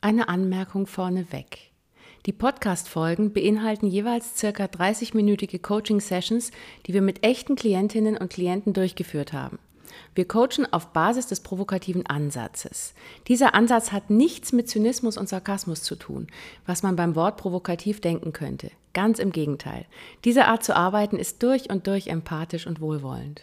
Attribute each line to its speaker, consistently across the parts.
Speaker 1: Eine Anmerkung vorneweg. Die Podcast-Folgen beinhalten jeweils circa 30-minütige Coaching-Sessions, die wir mit echten Klientinnen und Klienten durchgeführt haben. Wir coachen auf Basis des provokativen Ansatzes. Dieser Ansatz hat nichts mit Zynismus und Sarkasmus zu tun, was man beim Wort provokativ denken könnte. Ganz im Gegenteil. Diese Art zu arbeiten ist durch und durch empathisch und wohlwollend.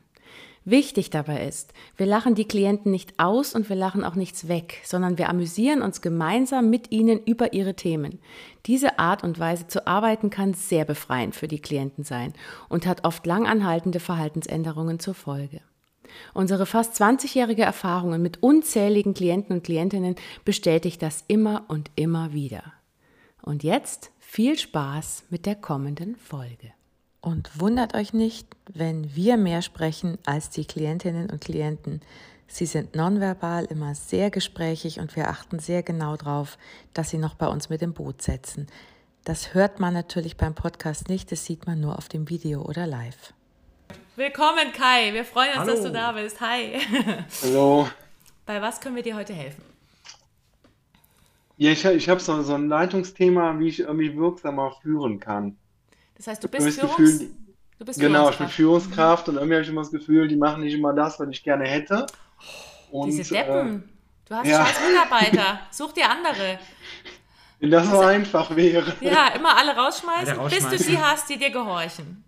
Speaker 1: Wichtig dabei ist, wir lachen die Klienten nicht aus und wir lachen auch nichts weg, sondern wir amüsieren uns gemeinsam mit ihnen über ihre Themen. Diese Art und Weise zu arbeiten kann sehr befreiend für die Klienten sein und hat oft langanhaltende Verhaltensänderungen zur Folge. Unsere fast 20-jährige Erfahrungen mit unzähligen Klienten und Klientinnen bestätigt das immer und immer wieder. Und jetzt viel Spaß mit der kommenden Folge.
Speaker 2: Und wundert euch nicht, wenn wir mehr sprechen als die Klientinnen und Klienten. Sie sind nonverbal immer sehr gesprächig und wir achten sehr genau darauf, dass sie noch bei uns mit im Boot setzen. Das hört man natürlich beim Podcast nicht, das sieht man nur auf dem Video oder live.
Speaker 3: Willkommen, Kai. Wir freuen uns,
Speaker 4: Hallo.
Speaker 3: dass du da bist. Hi.
Speaker 4: Hallo.
Speaker 3: Bei was können wir dir heute helfen?
Speaker 4: Ja, ich, ich habe so, so ein Leitungsthema, wie ich irgendwie wirksamer führen kann.
Speaker 3: Das heißt, du
Speaker 4: Ich hab
Speaker 3: bist
Speaker 4: das
Speaker 3: Führungs...
Speaker 4: Gefühl,
Speaker 3: Du bist
Speaker 4: genau, ich bin
Speaker 3: Führungskraft. Mhm.
Speaker 4: Führungskraft und irgendwie habe ich immer das Gefühl, die machen nicht immer das, was ich gerne hätte. Und
Speaker 3: Oh,
Speaker 4: äh,
Speaker 3: Diese Deppen. Du hast
Speaker 4: ja.
Speaker 3: scheiß Mitarbeiter. Such dir andere.
Speaker 4: Äh, wenn das so einfach wäre.
Speaker 3: Ja, immer alle rausschmeißen,
Speaker 5: Alle
Speaker 3: bis du
Speaker 5: rausschmeißen.
Speaker 3: sie hast, die dir gehorchen.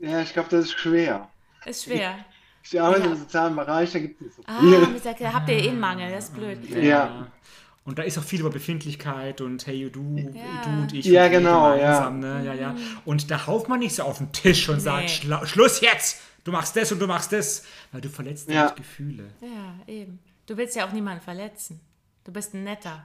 Speaker 4: Ja, ich glaube, das ist schwer.
Speaker 3: Ist schwer.
Speaker 4: Ich arbeite
Speaker 3: Ja.
Speaker 4: im sozialen Bereich, da gibt es nicht so
Speaker 3: Ah,
Speaker 4: viel.
Speaker 3: mit der, da habt ihr eh einen Mangel. Das ist blöd.
Speaker 4: Ja.
Speaker 5: Und da ist auch viel über Befindlichkeit und hey, du,
Speaker 3: Ja.
Speaker 5: du und ich.
Speaker 4: Ja,
Speaker 5: und wir
Speaker 4: genau,
Speaker 5: gemeinsam, Ne? ja, ja.
Speaker 6: Mhm.
Speaker 5: Und da haut man nicht so auf den Tisch und sagt, Schla Schluss jetzt! Du machst das und du machst das, weil du verletzt
Speaker 4: Ja.
Speaker 5: damit Gefühle.
Speaker 3: Ja, eben. Du willst ja auch niemanden verletzen. Du bist ein netter.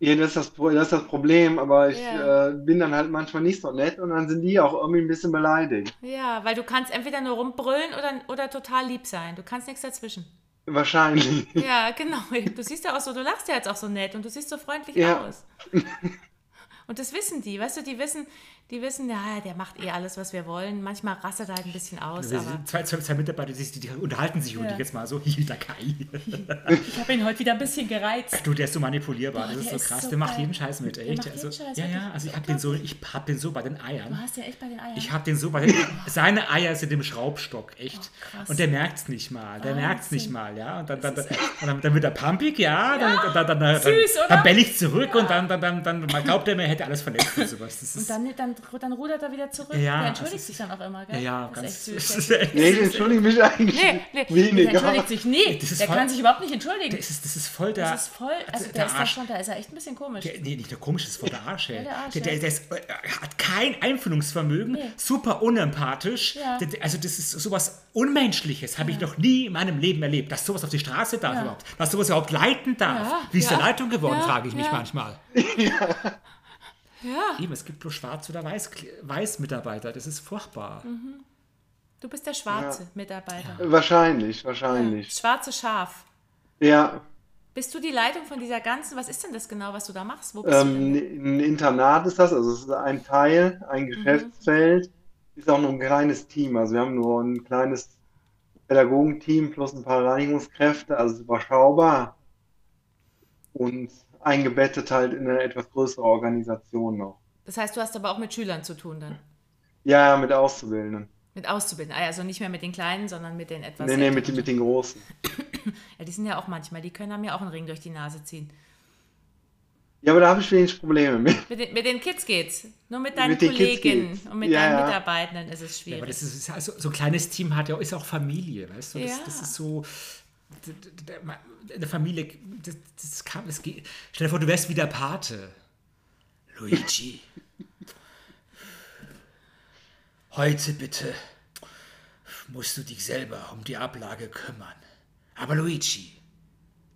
Speaker 4: Ja, das ist das, Pro- das ist das Problem, aber ich
Speaker 3: Ja.
Speaker 4: äh, bin dann halt manchmal nicht so nett und dann sind die auch irgendwie ein bisschen beleidigt.
Speaker 3: Ja, weil du kannst entweder nur rumbrüllen oder, oder total lieb sein. Du kannst nichts dazwischen.
Speaker 4: Wahrscheinlich.
Speaker 3: Ja, genau. Du siehst ja auch so, du lachst ja jetzt auch so nett und du siehst so freundlich
Speaker 4: Ja.
Speaker 3: aus. Und das wissen die, weißt du, die wissen, die wissen, ja, der macht eh alles, was wir wollen. Manchmal rastet er halt ein bisschen aus,
Speaker 5: Also,
Speaker 3: aber
Speaker 5: zwei, zwei, zwei Mitarbeiter, die, die unterhalten sich über
Speaker 6: Ja.
Speaker 5: dich jetzt mal so, hihi, der Kai.
Speaker 6: Ich habe ihn heute wieder ein bisschen gereizt.
Speaker 5: Du, der ist so manipulierbar, das
Speaker 6: Boah,
Speaker 5: ist
Speaker 6: der
Speaker 5: so
Speaker 6: ist
Speaker 5: krass.
Speaker 6: so
Speaker 5: der macht
Speaker 6: geil.
Speaker 5: jeden Scheiß mit,
Speaker 6: Der
Speaker 5: echt.
Speaker 6: macht jeden
Speaker 5: also,
Speaker 6: Scheiß
Speaker 5: ja,
Speaker 6: mit,
Speaker 5: ja,
Speaker 6: das
Speaker 5: also
Speaker 6: ist
Speaker 5: ich hab den so, ich hab den so bei den Eiern.
Speaker 6: Du hast ja echt bei den Eiern.
Speaker 5: Ich habe den so, weil seine Eier sind im Schraubstock, echt.
Speaker 6: Oh, krass.
Speaker 5: und der merkt's nicht mal, der
Speaker 6: Wahnsinn.
Speaker 5: merkt's nicht mal, ja. Und dann, dann, dann, und dann, dann wird er pumpig, ja. Dann, dann, dann, dann,
Speaker 6: süß,
Speaker 5: dann,
Speaker 6: oder?
Speaker 5: dann bell ich zurück und dann, dann, dann, dann man glaubt er, mir hätte alles verletzt und sowas. Das
Speaker 6: und
Speaker 5: ist,
Speaker 6: dann, dann, dann rudert er wieder zurück.
Speaker 5: Ja,
Speaker 6: der
Speaker 5: das
Speaker 6: entschuldigt
Speaker 5: ist-
Speaker 6: sich dann auch immer,
Speaker 5: ja,
Speaker 6: gell?
Speaker 5: ja,
Speaker 6: das ist
Speaker 5: ganz
Speaker 6: echt süß.
Speaker 5: das
Speaker 6: gell?
Speaker 5: ist echt-
Speaker 4: Nee, ich entschuldige mich eigentlich
Speaker 3: Nee, nee.
Speaker 6: Der
Speaker 4: weniger.
Speaker 6: entschuldigt sich nie.
Speaker 5: Das ist
Speaker 6: der
Speaker 5: voll-
Speaker 6: kann sich überhaupt nicht entschuldigen.
Speaker 5: Das ist, das ist voll der.
Speaker 6: das ist voll, also
Speaker 5: der
Speaker 6: der ist da
Speaker 5: Arsch.
Speaker 6: schon, da ist er echt ein bisschen komisch.
Speaker 5: Der, nee, nicht der komische, ist voll der Arsch, ey.
Speaker 6: der Arsch,
Speaker 5: der, der,
Speaker 6: ja.
Speaker 5: der ist, äh, hat kein Einfühlungsvermögen,
Speaker 6: Nee.
Speaker 5: super unempathisch.
Speaker 6: Ja.
Speaker 5: Der, der- also das ist sowas Unmenschliches, habe ich noch nie in meinem Leben erlebt, dass sowas auf die Straße darf überhaupt, dass sowas überhaupt leiten darf.
Speaker 3: Ja,
Speaker 5: Wie ist
Speaker 3: ja,
Speaker 5: der Leitung geworden,
Speaker 3: ja,
Speaker 5: frage ich mich
Speaker 3: ja.
Speaker 5: manchmal.
Speaker 3: ja,
Speaker 5: Eben, es gibt bloß Schwarz- oder Weiß- Weiß-Mitarbeiter, das ist furchtbar.
Speaker 3: du bist der schwarze Mitarbeiter.
Speaker 4: Wahrscheinlich, wahrscheinlich.
Speaker 3: Schwarze Schaf.
Speaker 4: Ja,
Speaker 3: Bist du die Leitung von dieser ganzen, was ist denn das genau, was du da machst? Wo bist du
Speaker 4: Ähm,
Speaker 3: denn?
Speaker 4: ein Internat ist das, also es ist ein Teil, ein Geschäftsfeld, ist auch nur ein kleines Team. Also wir haben nur ein kleines Pädagogenteam plus ein paar Reinigungskräfte, also es ist überschaubar und eingebettet halt in eine etwas größere Organisation noch.
Speaker 3: Das heißt, du hast aber auch mit Schülern zu tun dann.
Speaker 4: Ja, ja, mit Auszubildenden.
Speaker 3: Mit Auszubildenden. Ah, Also nicht mehr mit den Kleinen, sondern mit den etwas.
Speaker 4: Nee, nee, mit,
Speaker 3: älteren.
Speaker 4: mit den Großen.
Speaker 3: Ja, die sind ja auch manchmal, die können mir auch einen Ring durch die Nase ziehen.
Speaker 4: Ja, aber da habe ich wenig Probleme mit.
Speaker 3: Mit den, mit den Kids geht's. Nur mit deinen
Speaker 4: Mit den Kids
Speaker 3: Kollegen
Speaker 4: geht's.
Speaker 3: und mit
Speaker 4: Ja,
Speaker 3: deinen
Speaker 4: ja.
Speaker 3: Mitarbeitenden ist es
Speaker 5: Ja,
Speaker 3: schwierig.
Speaker 5: aber das ist, ist ja so, so ein kleines Team hat ja ist auch Familie, weißt du? Das,
Speaker 3: Ja.
Speaker 5: das ist so d- d- d- ma- eine Familie. Das, das kam, das geht. Stell dir vor, du wärst wie der Pate, Luigi. Heute bitte musst du dich selber um die Ablage kümmern. Aber Luigi,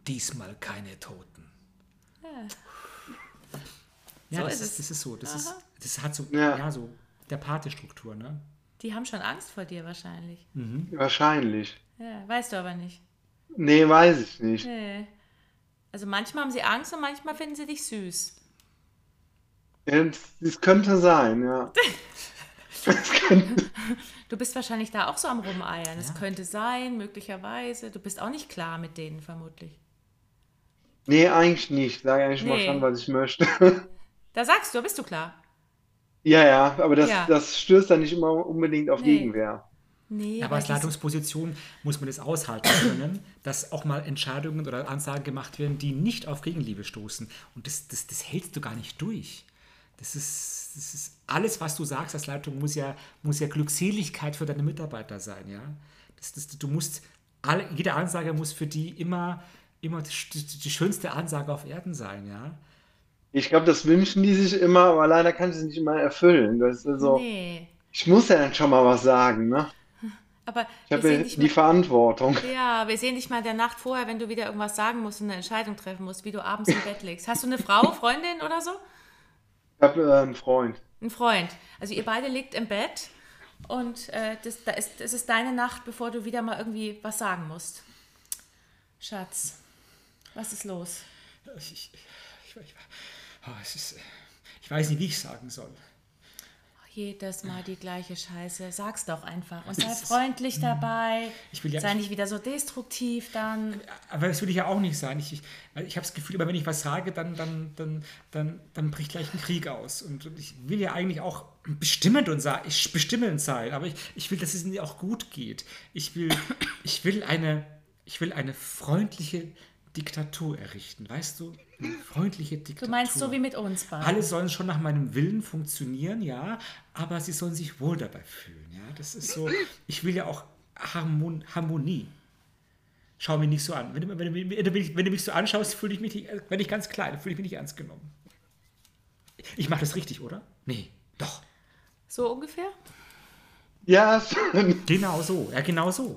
Speaker 5: diesmal keine Toten. Ja,
Speaker 3: So
Speaker 5: das
Speaker 3: ist
Speaker 5: ist,
Speaker 3: es.
Speaker 5: das ist so. Das, ist, das hat so,
Speaker 4: Ja.
Speaker 5: ja. so der Pate-Struktur, ne?
Speaker 6: Die haben schon Angst vor dir wahrscheinlich.
Speaker 4: Wahrscheinlich.
Speaker 6: Ja, weißt du aber nicht.
Speaker 4: Nee, weiß ich nicht.
Speaker 6: Nee. Also manchmal haben sie Angst und manchmal finden sie dich süß.
Speaker 4: Es, es könnte sein, ja.
Speaker 6: Du bist wahrscheinlich da auch so am Rumeiern. Es könnte sein, möglicherweise. Du bist auch nicht klar mit denen vermutlich.
Speaker 4: Nee, eigentlich nicht. Sag eigentlich mal
Speaker 6: Nee.
Speaker 4: schon, was ich möchte.
Speaker 6: Da sagst du, bist du klar?
Speaker 4: Ja, ja, aber das,
Speaker 6: Ja.
Speaker 4: das stößt dann nicht immer unbedingt auf
Speaker 6: Nee.
Speaker 4: Gegenwehr.
Speaker 6: Nee,
Speaker 5: Ja, aber als
Speaker 6: die sind-
Speaker 5: Leitungsposition muss man das aushalten können, dass auch mal Entscheidungen oder Ansagen gemacht werden, die nicht auf Gegenliebe stoßen. Und das, das, das hältst du gar nicht durch. Das ist, das ist alles, was du sagst als Leitung, muss ja, muss ja Glückseligkeit für deine Mitarbeiter sein. Ja? Das, das, du musst, alle, jede Ansage muss für die immer, immer die, sch- die schönste Ansage auf Erden sein. Ja?
Speaker 4: Ich glaube, das wünschen die sich immer, aber leider kann ich es nicht immer erfüllen. Das ist also,
Speaker 6: Nee.
Speaker 4: ich muss ja dann schon mal was sagen, ne?
Speaker 6: Aber
Speaker 4: Ich
Speaker 6: wir
Speaker 4: habe ja
Speaker 6: sehen, dich
Speaker 4: die
Speaker 6: mal,
Speaker 4: Verantwortung.
Speaker 6: ja, wir sehen dich mal in der Nacht vorher, wenn du wieder irgendwas sagen musst und eine Entscheidung treffen musst, wie du abends im Bett legst. Hast du eine Frau, Freundin oder so?
Speaker 4: Ich habe äh, einen Freund.
Speaker 6: Ein Freund. Also ihr beide liegt im Bett und äh, das, da ist, das ist deine Nacht, bevor du wieder mal irgendwie was sagen musst. Schatz, was ist los?
Speaker 5: Ich, ich, ich, ich, oh, es ist, ich weiß nicht, wie ich sagen soll.
Speaker 6: Jedes Mal die gleiche Scheiße. Sag's doch einfach. Und sei
Speaker 5: Das ist- Hm.
Speaker 6: freundlich dabei.
Speaker 5: Ich will ja-
Speaker 6: sei nicht wieder so destruktiv dann.
Speaker 5: Aber das will ich ja auch nicht sein. Ich, ich, weil ich habe das Gefühl, immer wenn ich was sage, dann, dann, dann, dann, dann bricht gleich ein Krieg aus. Und ich will ja eigentlich auch bestimmend und sa- ich- bestimmend sein. Aber ich, ich will, dass es mir auch gut geht. Ich will, ich will eine, ich will eine freundliche Diktatur errichten. Weißt du? Eine freundliche Diktatur.
Speaker 6: Du meinst so wie mit uns beiden.
Speaker 5: alle sollen schon nach meinem Willen funktionieren, ja, aber sie sollen sich wohl dabei fühlen, ja. Das ist so, ich will ja auch Harmon Harmonie. Schau mich nicht so an. Wenn du, wenn du, wenn du, mich- wenn du mich so anschaust, fühle ich mich nicht, äh, wenn ich ganz klein, fühle ich mich nicht ernst genommen. Ich mache das richtig, oder? Nee, doch.
Speaker 6: So ungefähr?
Speaker 4: Ja, also, es-
Speaker 5: Genau so, ja, genau so.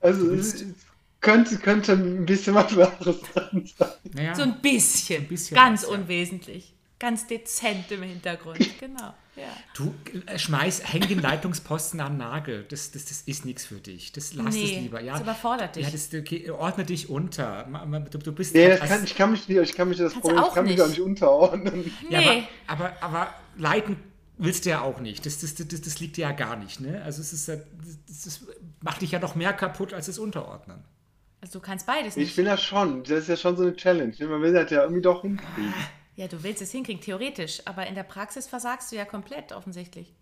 Speaker 4: also es es könnte, könnte ein bisschen was anderes dran sein.
Speaker 5: Naja,
Speaker 6: So ein bisschen.
Speaker 5: bisschen
Speaker 6: ganz
Speaker 5: was, ja.
Speaker 6: unwesentlich. Ganz dezent im Hintergrund. Genau. Ja.
Speaker 5: du äh, schmeiß, häng den Leitungsposten am Nagel. Das, das, das ist nichts für dich. Das lass
Speaker 6: Nee,
Speaker 5: es lieber, ja.
Speaker 6: das überfordert dich.
Speaker 5: Ja, das, geh- ordne dich unter. Ma- ma- Du, du bist
Speaker 4: Nee,
Speaker 5: halt
Speaker 4: das kann,
Speaker 5: als-
Speaker 4: ich kann mich nicht, ich kann mich das
Speaker 6: Kannst du
Speaker 4: Problem, ich
Speaker 6: auch
Speaker 4: kann mich
Speaker 6: nicht.
Speaker 4: gar nicht unterordnen.
Speaker 5: Ja,
Speaker 6: Nee.
Speaker 5: aber, aber, aber leiten willst du ja auch nicht. Das, das, das, das liegt dir ja gar nicht. Ne? Also es ist, ja- das, das macht dich ja noch mehr kaputt als das Unterordnen.
Speaker 6: Also du kannst beides
Speaker 4: Ich
Speaker 6: nicht.
Speaker 4: will das schon. Das ist ja schon so eine Challenge. ne? Man will das ja irgendwie doch hinkriegen.
Speaker 6: Ja, du willst es hinkriegen, theoretisch. Aber in der Praxis versagst du ja komplett offensichtlich.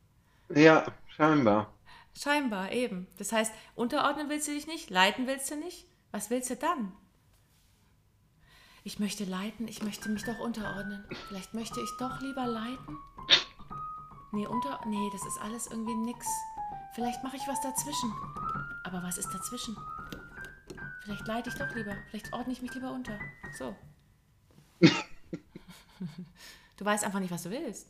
Speaker 4: Ja, scheinbar.
Speaker 6: Scheinbar, eben. Das heißt, unterordnen willst du dich nicht, leiten willst du nicht. Was willst du dann? Ich möchte leiten, ich möchte mich doch unterordnen. Vielleicht möchte ich doch lieber leiten. Nee, unter. Nee, das ist alles irgendwie nix. Vielleicht mache ich was dazwischen. Aber was ist dazwischen? Vielleicht leite ich doch lieber. Vielleicht ordne ich mich lieber unter. So. du weißt einfach nicht, was du willst.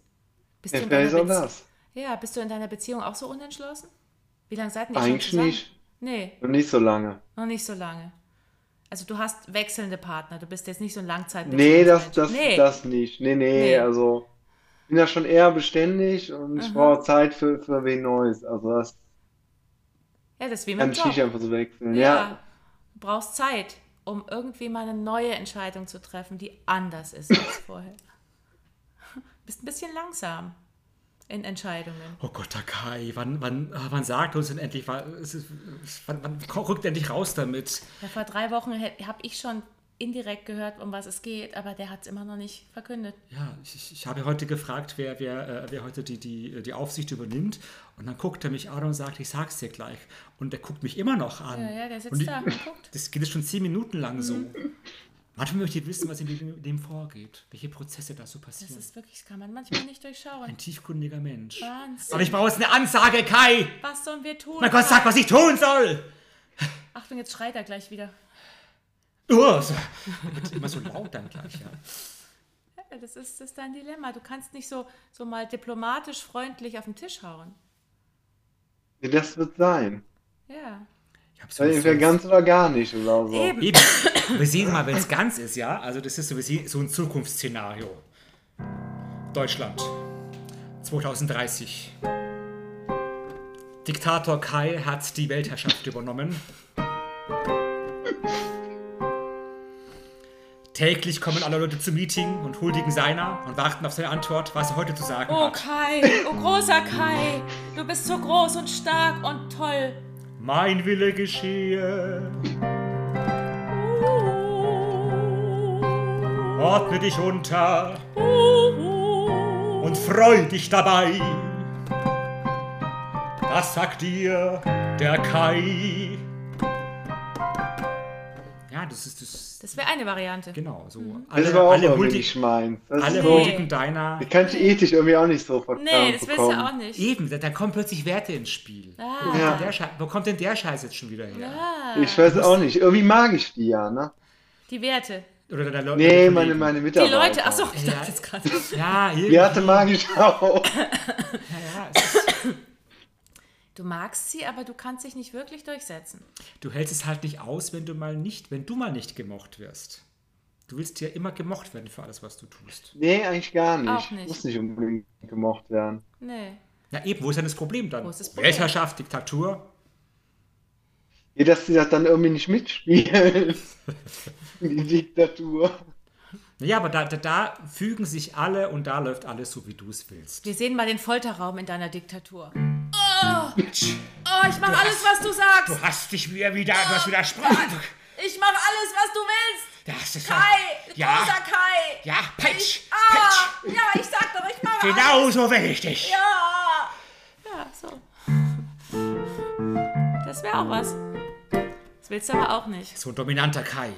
Speaker 6: Bist
Speaker 4: Ja,
Speaker 6: in
Speaker 4: vielleicht
Speaker 6: einer
Speaker 4: auch
Speaker 6: Bezie-
Speaker 4: das.
Speaker 6: ja, bist du in deiner Beziehung auch so unentschlossen? Wie lange seid ihr schon
Speaker 4: Eigentlich
Speaker 6: zusammen?
Speaker 4: nicht.
Speaker 6: Nee,
Speaker 4: Und nicht so lange.
Speaker 6: noch nicht so lange. Also du hast wechselnde Partner, du bist jetzt nicht so ein Langzeit.
Speaker 4: Nee, das, das,
Speaker 6: nee.
Speaker 4: das nicht. Nee, nee,
Speaker 6: Nee.
Speaker 4: also ich bin da schon eher beständig und ich brauche Zeit für, für wen Neues. Also das
Speaker 6: Ja, das ist wie mit
Speaker 4: kann
Speaker 6: dem
Speaker 4: ich nicht
Speaker 6: Job.
Speaker 4: einfach so wechseln.
Speaker 6: Ja,
Speaker 4: Ja,
Speaker 6: du brauchst Zeit, um irgendwie mal eine neue Entscheidung zu treffen, die anders ist als vorher. Bist ein bisschen langsam in Entscheidungen.
Speaker 5: Oh Gott, Takai, wann, wann, ah, wann sagt uns denn endlich, wann, es ist- wann, wann rückt endlich raus damit?
Speaker 6: Ja, vor drei Wochen habe ich schon indirekt gehört, um was es geht, aber der hat es immer noch nicht verkündet.
Speaker 5: Ja, ich- ich, ich habe heute gefragt, wer, wer, äh, wer heute die, die, die Aufsicht übernimmt. Und dann guckt er mich an und sagt, ich sag's dir gleich. Und der guckt mich immer noch an.
Speaker 6: Ja, ja, der sitzt
Speaker 5: und ich,
Speaker 6: da und guckt.
Speaker 5: Das geht jetzt schon zehn Minuten lang so.
Speaker 6: Mhm.
Speaker 5: Manchmal möchte ich wissen, was in dem, dem vorgeht, welche Prozesse da so
Speaker 6: Das
Speaker 5: passieren.
Speaker 6: ist wirklich, das kann man manchmal nicht durchschauen.
Speaker 5: Ein tiefgründiger Mensch.
Speaker 6: Wahnsinn.
Speaker 5: Aber ich brauche jetzt eine Ansage, Kai!
Speaker 6: Was sollen wir tun?
Speaker 5: Mein Gott, sag, was ich tun soll!
Speaker 6: Achtung, jetzt schreit er gleich wieder.
Speaker 5: Oh, so. Der wird immer so laut dann gleich, ja.
Speaker 6: Ja, Das ist, das ist dein Dilemma. Du kannst nicht so, so mal diplomatisch freundlich auf den Tisch hauen.
Speaker 4: das wird sein.
Speaker 6: Ja.
Speaker 5: Ich hab so
Speaker 4: Also Entweder ganz oder gar nicht oder so.
Speaker 6: Eben.
Speaker 5: Eben. Wir sehen mal, wenn es ganz ist, ja? Also das ist so, wir sehen, so ein Zukunftsszenario. Deutschland. 2030. Diktator Kai hat die Weltherrschaft übernommen. Täglich kommen alle Leute zum Meeting und huldigen seiner und warten auf seine Antwort, was er heute zu sagen
Speaker 6: Oh
Speaker 5: hat.
Speaker 6: Kai, oh großer Kai, du bist so groß und stark und toll.
Speaker 5: Mein Wille geschehe. Ordne dich unter und freu dich dabei. Das sagt dir der Kai. Ja, das ist das.
Speaker 6: Das wäre eine Variante.
Speaker 5: Genau, so.
Speaker 4: Das ist aber auch
Speaker 5: alle
Speaker 4: irgendwie
Speaker 5: huldig,
Speaker 4: nicht meins. Das
Speaker 5: alle
Speaker 4: ist so,
Speaker 5: huldigen deiner.
Speaker 4: ich kann ich ethisch irgendwie auch nicht so verkauft
Speaker 5: Genau.
Speaker 6: Nee, das willst du
Speaker 4: bekommen.
Speaker 6: auch nicht.
Speaker 5: Eben, da, da kommen plötzlich Werte ins Spiel.
Speaker 6: Ah,
Speaker 4: Ja.
Speaker 5: Der Schei- Wo kommt denn der Scheiß jetzt schon wieder her?
Speaker 4: Ich weiß auch nicht. Irgendwie mag ich die ja, ne?
Speaker 6: die Werte.
Speaker 5: Oder der, der Leute-
Speaker 4: Nee,
Speaker 5: der
Speaker 4: meine,
Speaker 5: Kollegen.
Speaker 4: meine
Speaker 6: Die
Speaker 4: Mitarbeiter.
Speaker 6: Leute, achso, ich
Speaker 5: Ja.
Speaker 6: dachte jetzt gerade.
Speaker 5: Ja, irgendwie.
Speaker 4: Die hatte mag ich auch.
Speaker 5: Ja, es ist,
Speaker 6: Du magst sie, aber du kannst dich nicht wirklich durchsetzen.
Speaker 5: du hältst es halt nicht aus, wenn du mal nicht, wenn du mal nicht gemocht wirst. Du willst ja immer gemocht werden für alles, was du tust.
Speaker 4: Nee, eigentlich gar nicht.
Speaker 6: Auch nicht.
Speaker 4: Muss nicht unbedingt gemocht werden.
Speaker 6: Nee.
Speaker 5: Na eben, wo ist denn das Problem dann?
Speaker 6: Wo ist das Problem?
Speaker 5: Weltherrschaft, Diktatur.
Speaker 4: Ja, dass sie das dann irgendwie nicht mitspielen. die Diktatur.
Speaker 5: Naja, aber da, da, da fügen sich alle und da läuft alles so, wie du es willst.
Speaker 6: Wir sehen mal den Folterraum in deiner Diktatur. Oh, oh ich mach alles, was du sagst.
Speaker 5: Du hast dich mir wieder etwas widersprochen.
Speaker 6: Ich mach alles, was du willst.
Speaker 5: Das ist
Speaker 6: Kai,
Speaker 5: ja,
Speaker 6: großer Kai.
Speaker 5: ja, Peitsch, Peitsch.
Speaker 6: Ah, ja, ich sag doch, ich mach alles.
Speaker 5: Genau so will ich dich.
Speaker 6: Ja. Ja, so. Das wäre auch was. Das willst du aber auch nicht.
Speaker 5: So ein dominanter Kai.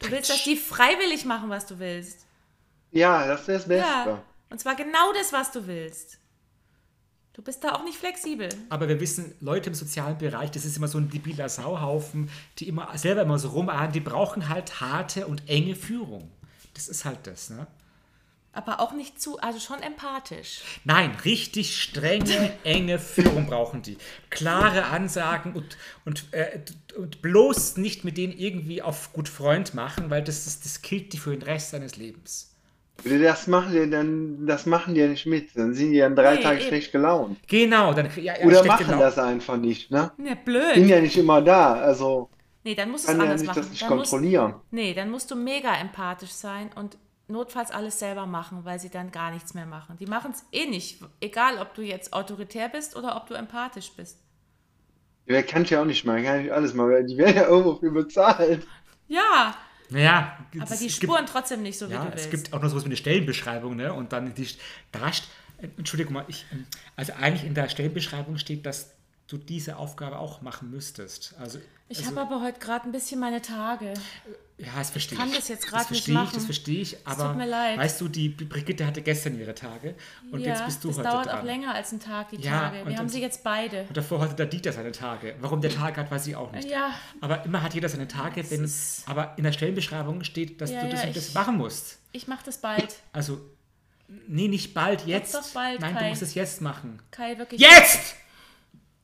Speaker 6: Du willst, dass die freiwillig machen, was du willst.
Speaker 4: Ja, das wäre das Beste.
Speaker 6: Ja. Und zwar genau das, was du willst. Du bist da auch nicht flexibel.
Speaker 5: Aber wir wissen, Leute im sozialen Bereich, das ist immer so ein debiler Sauhaufen, die immer selber immer so rumahnen, die brauchen halt harte und enge Führung. Das ist halt das, ne?
Speaker 6: Aber auch nicht zu, also schon empathisch.
Speaker 5: Nein, richtig strenge, enge Führung brauchen die. Klare Ansagen und, und, äh, und bloß nicht mit denen irgendwie auf gut Freund machen, weil das, das, das killt die für den Rest seines Lebens.
Speaker 4: Das machen die dann, das machen die ja nicht mit. Dann sind die dann drei
Speaker 6: Nee,
Speaker 4: Tage
Speaker 6: eben.
Speaker 4: schlecht gelaunt.
Speaker 5: Genau, dann ja, genau ja,
Speaker 4: Oder
Speaker 5: schlechte
Speaker 4: machen
Speaker 5: Lau-
Speaker 4: das einfach nicht, ne?
Speaker 6: Ne,
Speaker 4: Sind
Speaker 6: blöd.
Speaker 4: ja nicht immer da. Also
Speaker 6: Nee, dann musst du es
Speaker 4: kann ja
Speaker 6: anders
Speaker 4: nicht
Speaker 6: machen.
Speaker 4: das nicht
Speaker 6: dann
Speaker 4: kontrollieren.
Speaker 6: Musst, nee, dann musst du mega empathisch sein und notfalls alles selber machen, weil sie dann gar nichts mehr machen. Die machen es eh nicht, egal ob du jetzt autoritär bist oder ob du empathisch bist.
Speaker 4: Wer kann ich ja auch nicht machen, kann ich alles machen. weil Die werden ja irgendwo für bezahlt.
Speaker 6: Ja,
Speaker 5: Naja,
Speaker 6: aber
Speaker 5: es
Speaker 6: die
Speaker 5: gibt-
Speaker 6: spuren trotzdem nicht so, wie
Speaker 5: Ja,
Speaker 6: du willst.
Speaker 5: es gibt auch noch sowas wie eine Stellenbeschreibung, ne? Und dann die da st- äh, Entschuldigung mal, ich, ähm, also eigentlich in der Stellenbeschreibung steht, dass du diese Aufgabe auch machen müsstest. Also
Speaker 6: ich
Speaker 5: also,
Speaker 6: habe aber heute gerade ein bisschen meine Tage.
Speaker 5: ja, das verstehe ich.
Speaker 6: kann das jetzt gerade nicht
Speaker 5: verstehe ich,
Speaker 6: machen.
Speaker 5: Das verstehe ich, aber
Speaker 6: tut mir leid.
Speaker 5: weißt du, die Brigitte hatte gestern ihre Tage und
Speaker 6: ja,
Speaker 5: jetzt bist du
Speaker 6: das
Speaker 5: heute
Speaker 6: dauert
Speaker 5: dran.
Speaker 6: auch länger als ein Tag, die
Speaker 5: Ja,
Speaker 6: Tage.
Speaker 5: und-
Speaker 6: Wir haben
Speaker 5: und-
Speaker 6: sie jetzt beide.
Speaker 5: Und davor hatte der Dieter seine Tage. Warum der Tag hat, weiß ich auch nicht.
Speaker 6: Ja.
Speaker 5: Aber immer hat jeder seine Tage, wenn, aber in der Stellenbeschreibung steht, dass
Speaker 6: Ja,
Speaker 5: du das
Speaker 6: ja,
Speaker 5: und das
Speaker 6: ich-
Speaker 5: machen musst.
Speaker 6: Ich mache das bald.
Speaker 5: Also, nee, nicht bald, jetzt.
Speaker 6: doch bald,
Speaker 5: Nein, du
Speaker 6: Kai.
Speaker 5: musst es jetzt machen.
Speaker 6: Kai, wirklich.
Speaker 5: Jetzt!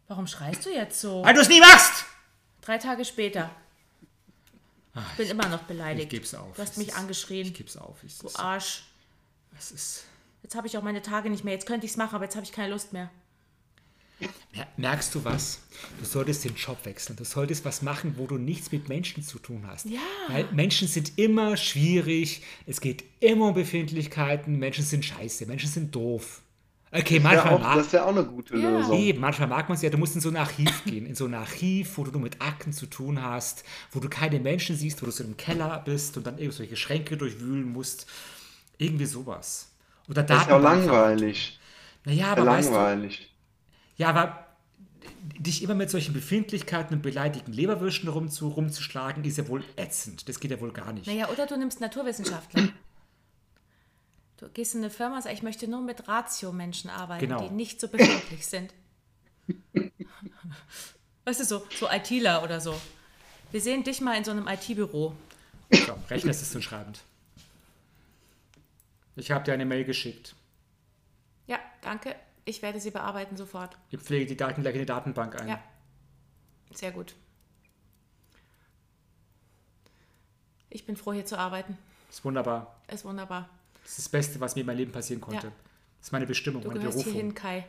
Speaker 6: Warum schreist du jetzt so?
Speaker 5: Weil du es nie machst!
Speaker 6: Drei Tage später. Ich bin immer noch beleidigt.
Speaker 5: Ah, Ich geb's auf.
Speaker 6: Du hast
Speaker 5: Es
Speaker 6: mich
Speaker 5: ist- Ich
Speaker 6: angeschrien.
Speaker 5: geb's auf. Ich,
Speaker 6: Du Arsch.
Speaker 5: es ist,
Speaker 6: Jetzt habe ich auch meine Tage nicht mehr. Jetzt könnte ich es machen, aber jetzt habe ich keine Lust mehr.
Speaker 5: Mer- merkst du was? Du solltest den Job wechseln. Du solltest was machen, wo du nichts mit Menschen zu tun hast. Ja. Weil Menschen sind immer schwierig. Es geht immer um Befindlichkeiten. Menschen sind scheiße. Menschen sind doof. Okay,
Speaker 4: Ja,
Speaker 5: manchmal
Speaker 4: auch, das
Speaker 5: mag
Speaker 4: ist ja auch eine gute Lösung.
Speaker 5: Eben, manchmal mag man es ja, du musst in so ein Archiv gehen, in so ein Archiv, wo du nur mit Akten zu tun hast, wo du keine Menschen siehst, wo du so im Keller bist und dann irgendwelche Schränke durchwühlen musst. Irgendwie sowas. Oder
Speaker 4: Das ist ja auch
Speaker 5: Datenbank-
Speaker 4: langweilig.
Speaker 5: Naja,
Speaker 4: Ja,
Speaker 5: aber weißt du,
Speaker 4: langweilig.
Speaker 5: ja, aber äh, dich immer mit solchen Befindlichkeiten und beleidigten Leberwürsten rumzu, rumzuschlagen, ist ja wohl ätzend. Das geht ja wohl gar nicht.
Speaker 6: Naja, oder du nimmst Naturwissenschaftler. Du gehst in eine Firma und sagst, ich möchte nur mit Ratio-Menschen arbeiten,
Speaker 5: Genau.
Speaker 6: die nicht so befindlich sind. Weißt du, so, so ITler oder so. Wir sehen dich mal in so einem IT-Büro.
Speaker 5: So, Rechner ist es schreibend. Ich habe dir eine Mail geschickt.
Speaker 6: Ja, danke. Ich werde sie bearbeiten sofort.
Speaker 5: Ich pflege die Daten gleich in die Datenbank ein.
Speaker 6: Ja. Sehr gut. Ich bin froh, hier zu arbeiten.
Speaker 5: Ist wunderbar.
Speaker 6: Ist wunderbar.
Speaker 5: Das ist das Beste, was mir in meinem Leben passieren konnte.
Speaker 6: Ja.
Speaker 5: Das ist meine Bestimmung,
Speaker 6: Du
Speaker 5: meine
Speaker 6: gehörst
Speaker 5: Berufung.
Speaker 6: hierhin, Kai.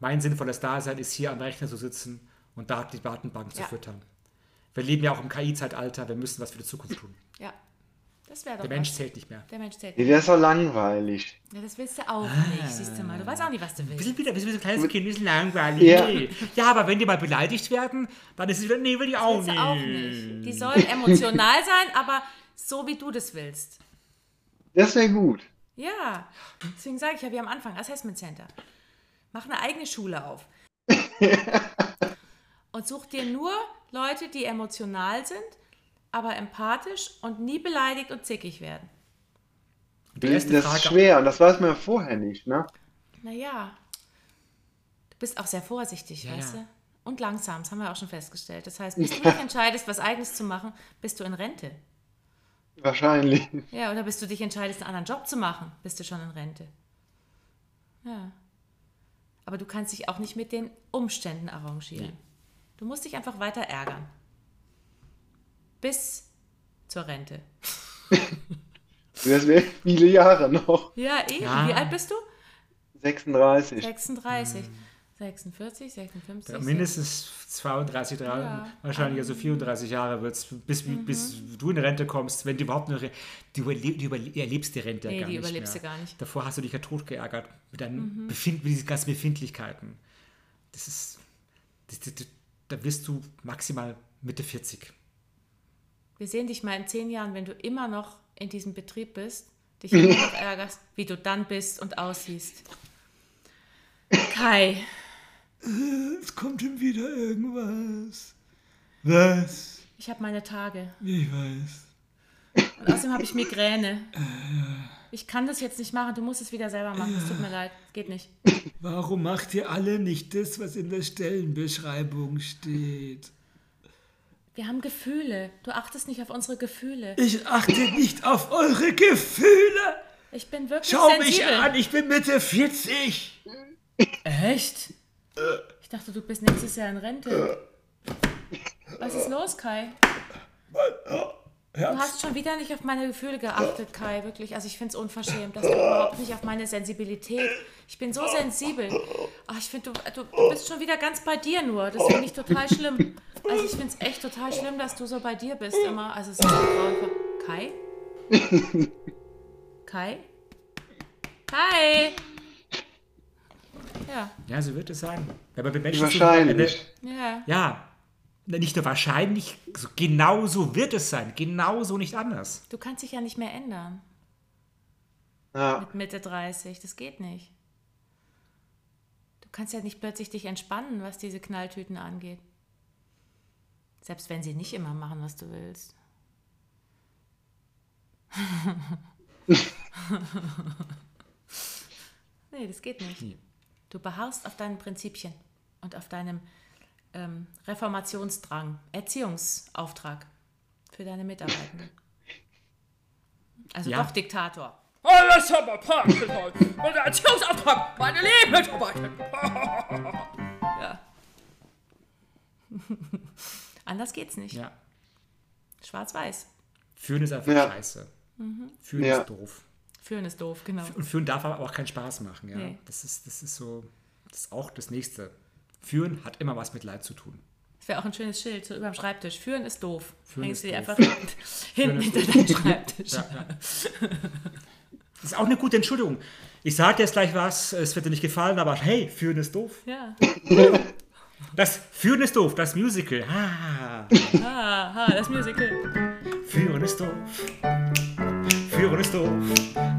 Speaker 5: mein sinnvolles Dasein ist hier am Rechner zu sitzen und da die Datenbank zu füttern. Wir leben ja auch im KI-Zeitalter, wir müssen was für die Zukunft tun.
Speaker 6: Ja. Das wäre doch
Speaker 5: Der Mensch
Speaker 6: was.
Speaker 5: zählt nicht mehr.
Speaker 6: Der Mensch zählt.
Speaker 4: Nee, der ist doch langweilig.
Speaker 6: Ja, das willst du auch nicht, siehst du mal. Du weißt auch nicht, was du
Speaker 5: Wir
Speaker 6: willst.
Speaker 5: sind wieder, wir sind wieder ein kleines Kind, wir sind langweilig.
Speaker 4: Ja.
Speaker 5: Nee. Ja, aber wenn die mal beleidigt werden, dann ist es wieder, nee, will ich auch
Speaker 6: Willst du
Speaker 5: nicht.
Speaker 6: auch nicht. Die sollen emotional sein, aber so wie du das willst.
Speaker 4: Das wäre gut.
Speaker 6: Ja, deswegen sage ich ja wie am Anfang, Assessment Center. Mach eine eigene Schule auf. und such dir nur Leute, die emotional sind, aber empathisch und nie beleidigt und zickig werden.
Speaker 5: Und Die
Speaker 4: Das
Speaker 5: erste
Speaker 4: ist
Speaker 5: Frage,
Speaker 4: schwer und das weiß man ja vorher nicht, ne?
Speaker 6: Naja, du bist auch sehr vorsichtig,
Speaker 5: Ja,
Speaker 6: weißt
Speaker 5: ja.
Speaker 6: du? Und langsam, das haben wir auch schon festgestellt. Das heißt, bis du dich entscheidest, was Eigenes zu machen, bist du in Rente.
Speaker 4: Wahrscheinlich.
Speaker 6: Ja, oder bis du dich entscheidest, einen anderen Job zu machen, bist du schon in Rente. Ja. Aber du kannst dich auch nicht mit den Umständen arrangieren. Du musst dich einfach weiter ärgern. Bis zur Rente.
Speaker 4: Das wäre viele Jahre noch.
Speaker 6: Ja, eben.
Speaker 5: Ja.
Speaker 6: Wie alt bist du?
Speaker 4: 36.
Speaker 6: 36.
Speaker 5: Hm.
Speaker 6: 46, 56.
Speaker 5: ja, mindestens 32, 3, wahrscheinlich also 34 Jahre wird es, bis,
Speaker 6: Mhm.
Speaker 5: bis du in Rente kommst, wenn du überhaupt noch, du, überle du überle erlebst die Rente
Speaker 6: Nee,
Speaker 5: ja gar
Speaker 6: die
Speaker 5: nicht
Speaker 6: überlebst
Speaker 5: mehr.
Speaker 6: du gar nicht. Mhm.
Speaker 5: Davor hast du dich ja tot geärgert mit deinen Befind mit diesen ganzen Befindlichkeiten. Das ist, das, das, das, da bist du maximal Mitte 40.
Speaker 6: Wir sehen dich mal in zehn Jahren, wenn du immer noch in diesem Betrieb bist, dich immer noch ärgerst, wie du dann bist und aussiehst. Kai,
Speaker 5: Es kommt schon wieder irgendwas. Was?
Speaker 6: ich habe meine Tage.
Speaker 5: Ich weiß.
Speaker 6: Und außerdem habe ich Migräne. Ich kann das jetzt nicht machen. Du musst es wieder selber machen. Es tut mir leid. Geht nicht.
Speaker 5: Warum macht ihr alle nicht das, was in der Stellenbeschreibung steht?
Speaker 6: Wir haben Gefühle. Du achtest nicht auf unsere Gefühle.
Speaker 5: Ich achte nicht auf eure Gefühle.
Speaker 6: Ich bin wirklich
Speaker 5: Schau mich
Speaker 6: sensibel.
Speaker 5: an, ich bin Mitte 40.
Speaker 6: Echt? Ich dachte, du bist nächstes Jahr in Rente. Was ist los, Kai? Du hast schon wieder nicht auf meine Gefühle geachtet, Kai, wirklich. Also ich finde es unverschämt, dass du überhaupt nicht auf meine Sensibilität. Ich bin so sensibel. Ach, ich finde, du, du, du bist schon wieder ganz bei dir nur. Das finde ich total schlimm. Also ich finde es echt total schlimm, dass du so bei dir bist immer. Also es ist grauenvoll. Kai? Kai? Kai! Ja,
Speaker 5: Ja, so wird es sein. Wenn man mit Menschen zu-
Speaker 4: Wahrscheinlich.
Speaker 6: ja.
Speaker 5: Ja, Na, nicht nur wahrscheinlich, so- genau so wird es sein. Genauso nicht anders.
Speaker 6: Du kannst dich ja nicht mehr ändern.
Speaker 4: Ja.
Speaker 6: mit Mitte 30. Das geht nicht. Du kannst ja nicht plötzlich dich entspannen, was diese Knalltüten angeht. Selbst wenn sie nicht immer machen, was du willst. nee, das geht nicht. Du beharrst auf deinen Prinzipien und auf deinem ähm, Reformationsdrang, Erziehungsauftrag für deine Mitarbeitenden. Also
Speaker 5: Ja.
Speaker 6: doch Diktator. Anders geht's nicht.
Speaker 5: Ja.
Speaker 6: Schwarz-Weiß.
Speaker 5: Führen ist einfach
Speaker 4: Ja.
Speaker 5: scheiße.
Speaker 6: Mhm.
Speaker 5: Führen
Speaker 4: Ja.
Speaker 5: ist doof.
Speaker 6: Führen ist doof, genau.
Speaker 5: Und führen darf aber auch keinen Spaß machen. Ja?
Speaker 6: Nee.
Speaker 5: Das, ist, das ist so, das ist auch das Nächste. Führen hat immer was mit Leid zu tun.
Speaker 6: Das wäre auch ein schönes Schild so überm Schreibtisch. Führen ist doof.
Speaker 5: Führen
Speaker 6: Hängst
Speaker 5: ist
Speaker 6: du dir
Speaker 5: doof.
Speaker 6: einfach hinten hinter deinen Schreibtisch.
Speaker 5: Ja, ja. Das ist auch eine gute Entschuldigung. Ich sage jetzt gleich was, es wird dir nicht gefallen, aber hey, führen ist doof.
Speaker 6: Ja.
Speaker 5: Das Führen ist doof, das Musical. Ah,
Speaker 6: Aha, das Musical.
Speaker 5: führen ist doof. Führen ist doof.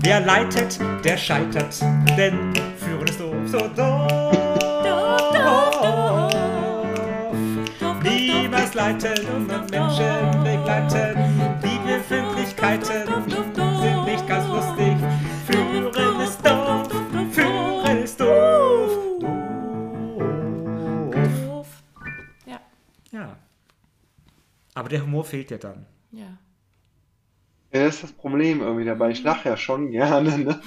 Speaker 5: Wer leitet, der scheitert. Denn Führen ist doof, so doof.
Speaker 6: Doof, doof, doof, doof, doof.
Speaker 5: Niemals leiten und Menschen begleiten. Die Befindlichkeiten sind nicht ganz lustig. Führen ist doof, führen ist doof. Doof.
Speaker 6: Doof. Ja,
Speaker 5: Ja. Aber der Humor fehlt ja dann.
Speaker 6: ja.
Speaker 4: ja, das ist das Problem irgendwie dabei. Ich lache ja schon gerne, ne?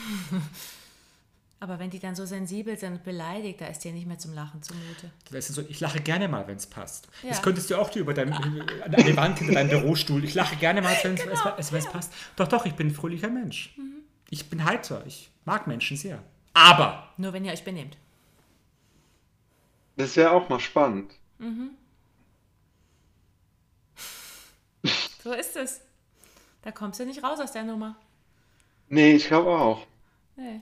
Speaker 6: Aber wenn die dann so sensibel sind und beleidigt, da ist dir nicht mehr zum Lachen zumute.
Speaker 5: Weißt du, so, ich lache gerne mal, wenn es passt.
Speaker 6: Ja.
Speaker 5: Das könntest du auch dir über deinem, an die Wand hinter deinem Bürostuhl. Ich lache gerne mal, wenn es wenn's, wenn's passt. Doch, doch, ich bin ein fröhlicher Mensch. Ich bin heiter. Ich mag Menschen sehr. Aber
Speaker 6: Nur wenn ihr euch benehmt.
Speaker 4: Das ist ja auch mal spannend.
Speaker 6: So ist es. Da kommst du nicht raus aus der Nummer.
Speaker 4: Nee, ich glaube auch.
Speaker 6: Nee.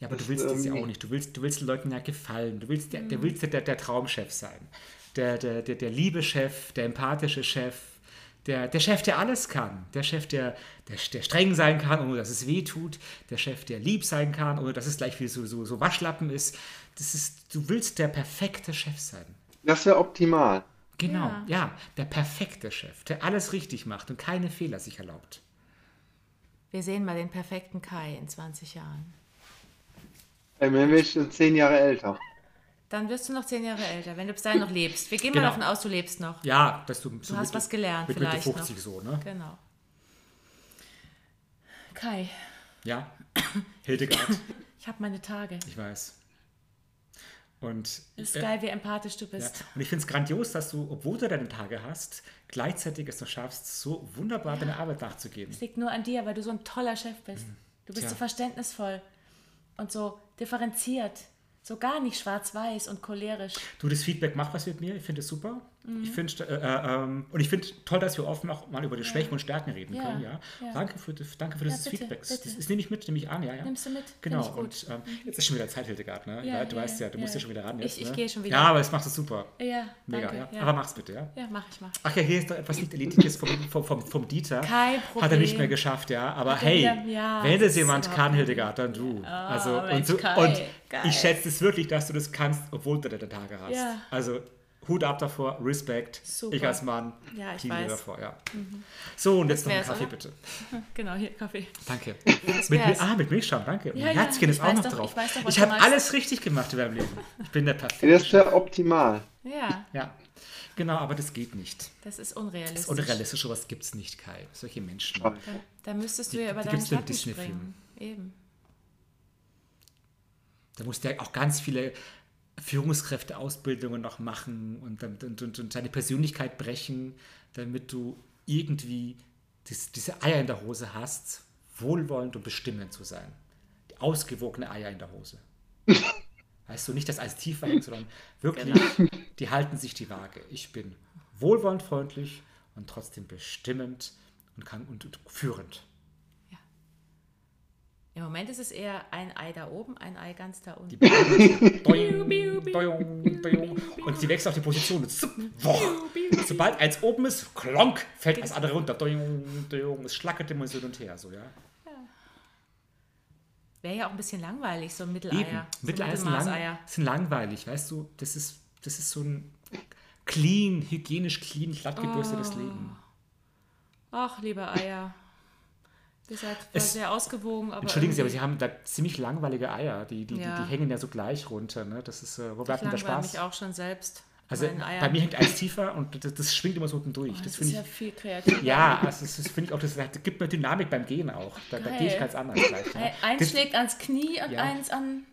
Speaker 5: Ja, aber du
Speaker 4: Das
Speaker 5: willst das ja
Speaker 4: irgendwie-
Speaker 6: ähm,
Speaker 5: auch nicht. Du willst, du willst den Leuten ja gefallen. Du willst, der,
Speaker 6: Hm.
Speaker 5: der, willst ja der, der Traumchef sein. Der, der, der, der liebe Chef, der empathische Chef, der, der Chef, der alles kann. Der Chef, der, der, der streng sein kann, ohne dass es weh tut. Der Chef, der lieb sein kann, ohne dass es gleich wie so, so, so Waschlappen ist. Das ist. Du willst der perfekte Chef sein.
Speaker 4: Das wäre optimal.
Speaker 5: Genau, ja. Der perfekte Chef, der alles richtig macht und keine Fehler sich erlaubt.
Speaker 6: Wir sehen mal den perfekten Kai in 20 Jahren.
Speaker 4: Ey, Dann wäre ich schon zehn Jahre älter.
Speaker 6: Dann wirst du noch zehn Jahre älter, wenn du bis dahin noch lebst. Wir gehen mal
Speaker 5: Genau.
Speaker 6: davon aus, du lebst noch.
Speaker 5: Ja, dass du. so
Speaker 6: hast was gelernt
Speaker 5: mit
Speaker 6: vielleicht
Speaker 5: Mitte 50 so, ne?
Speaker 6: Genau. Kai,
Speaker 5: Ja. Hildegard,
Speaker 6: ich habe meine Tage.
Speaker 5: ich weiß. Und
Speaker 6: Ist
Speaker 5: äh,
Speaker 6: geil, wie empathisch du
Speaker 5: Ja.
Speaker 6: bist.
Speaker 5: Und ich finde es grandios, dass du, obwohl du deine Tage hast, gleichzeitig es noch schaffst, so wunderbar deiner Arbeit nachzugehen.
Speaker 6: Es liegt nur an dir, weil du so ein toller Chef bist. Du bist
Speaker 5: Mhm. Tja.
Speaker 6: so verständnisvoll und so differenziert. So gar nicht schwarz-weiß und cholerisch.
Speaker 5: Du, das Feedback macht was mit mir. Ich finde es super.
Speaker 6: Mhm.
Speaker 5: Ich find, äh, äh, ähm, und ich finde toll, dass wir offen auch mal über die Schwächen und Stärken reden
Speaker 6: Ja,
Speaker 5: können. Ja?
Speaker 6: ja.
Speaker 5: Danke für, das- danke für dieses
Speaker 6: bitte,
Speaker 5: Feedback. Das,
Speaker 6: bitte.
Speaker 5: das nehme ich mit, nehme ich an. Ja, ja.
Speaker 6: Nimmst du mit? Find
Speaker 5: Genau.
Speaker 6: ich gut. Mhm.
Speaker 5: Und ähm, jetzt ist schon wieder Zeit, Hildegard. Ne?
Speaker 6: Ja,
Speaker 5: Ja, du
Speaker 6: ja,
Speaker 5: weißt ja, du
Speaker 6: ja,
Speaker 5: musst ja
Speaker 6: ja.
Speaker 5: schon wieder ran.
Speaker 6: Ich-
Speaker 5: Jetzt,
Speaker 6: ich
Speaker 5: ne?
Speaker 6: gehe schon wieder.
Speaker 5: Ja, aber das machst du super.
Speaker 6: Ja,
Speaker 5: Mega,
Speaker 6: danke.
Speaker 5: ja.
Speaker 6: ja.
Speaker 5: Aber mach's bitte, ja.
Speaker 6: ja, mach ich mal.
Speaker 5: Ach ja, hier ist noch etwas nicht Elitiges vom, vom, vom, vom Dieter.
Speaker 6: Kein
Speaker 5: Hat er
Speaker 6: Problem.
Speaker 5: nicht mehr geschafft, ja. Aber
Speaker 6: er
Speaker 5: hey,
Speaker 6: wieder- ja,
Speaker 5: wenn
Speaker 6: das
Speaker 5: es
Speaker 6: ist
Speaker 5: jemand
Speaker 6: überhaupt
Speaker 5: kann,
Speaker 6: nicht-
Speaker 5: Hildegard, dann du. also,
Speaker 6: Mensch,
Speaker 5: und, so,
Speaker 6: Kai,
Speaker 5: und
Speaker 6: geil.
Speaker 5: ich schätze es wirklich, dass du das kannst, obwohl du deine Tage hast.
Speaker 6: Ja.
Speaker 5: Also Hut ab davor, Respekt.
Speaker 6: Super.
Speaker 5: Ich als Mann,
Speaker 6: Ja, ich
Speaker 5: Knie
Speaker 6: weiß. Mhm.
Speaker 5: davor, ja. So, und jetzt noch
Speaker 6: wär's,
Speaker 5: einen Kaffee,
Speaker 6: oder?
Speaker 5: bitte.
Speaker 6: Genau, hier, Kaffee.
Speaker 5: Danke. mit, Mil-
Speaker 6: wär's.
Speaker 5: ah, mit Milchschaum, danke. Und
Speaker 6: Ja,
Speaker 5: ein
Speaker 6: ja,
Speaker 5: Herzchen
Speaker 6: ich
Speaker 5: ist auch
Speaker 6: weiß
Speaker 5: noch
Speaker 6: doch,
Speaker 5: drauf.
Speaker 6: ich weiß doch, was
Speaker 5: ich
Speaker 6: du
Speaker 5: habe
Speaker 6: meinst.
Speaker 5: alles richtig gemacht in meinem Leben. Ich bin der perfekte.
Speaker 4: Das wäre optimal.
Speaker 6: Ja,
Speaker 5: Ja, genau, aber das geht nicht.
Speaker 6: das ist unrealistisch.
Speaker 5: Das Unrealistische, sowas gibt es nicht, Kai. Solche Menschen.
Speaker 6: Da müsstest du
Speaker 5: Die-
Speaker 6: ja über
Speaker 5: die
Speaker 6: deinen
Speaker 5: gibt's nur im
Speaker 6: Schatten springen.
Speaker 5: Disney-Film.
Speaker 6: Eben.
Speaker 5: Da musst du ja auch ganz viele Führungskräfteausbildungen noch machen und, dann- und, und, und deine Persönlichkeit brechen, damit du irgendwie dies, diese Eier in der Hose hast, wohlwollend und bestimmend zu sein. Die ausgewogene Eier in der Hose. Weißt du, nicht das als Tiefwagen, sondern wirklich, die halten sich die Waage. Ich bin wohlwollend freundlich und trotzdem bestimmend und, kann, und, und führend.
Speaker 6: Im Moment ist es eher ein Ei da oben, ein Ei ganz da unten.
Speaker 5: Die Beine- Doing, doing, doing. Und sie wächst auf die Position. Und zup, woch. Sobald eins oben ist, klonk, fällt das andere runter. Doing, doing. Es schlackert immer so hin und her. So, ja.
Speaker 6: Wäre ja auch ein bisschen langweilig, so
Speaker 5: Eben.
Speaker 6: Mitteleier. So
Speaker 5: Mitteleier sind, lang,
Speaker 6: Mittelmaßeier.
Speaker 5: sind langweilig, weißt du? Das ist, das ist so ein clean, hygienisch clean, glatt gebürstetes
Speaker 6: Oh.
Speaker 5: Leben.
Speaker 6: Ach, liebe Eier. Ihr seid zwar
Speaker 5: Es-
Speaker 6: sehr ausgewogen, aber.
Speaker 5: Entschuldigen Sie, aber
Speaker 6: irgendwie-
Speaker 5: Sie haben da ziemlich langweilige Eier. Die, die,
Speaker 6: Ja.
Speaker 5: die, die hängen ja so gleich runter. Ne? Das ist, äh, wo bleibt denn der
Speaker 6: Ich langweile
Speaker 5: Spaß?
Speaker 6: mich auch schon selbst. mit
Speaker 5: Also
Speaker 6: meinen Eiern. Oh,
Speaker 5: bei mir hängt eins tiefer und das, das schwingt immer so unten durch. das
Speaker 6: das
Speaker 5: finde
Speaker 6: ist
Speaker 5: ich
Speaker 6: ja viel kreativer.
Speaker 5: Ja, also das ist- finde ich auch, das, das gibt mir Dynamik beim Gehen auch. Da, da gehe ich ganz anders gleich. Ne?
Speaker 6: Ei- Eins
Speaker 5: Das,
Speaker 6: schlägt ans Knie und
Speaker 5: Ja.
Speaker 6: eins an.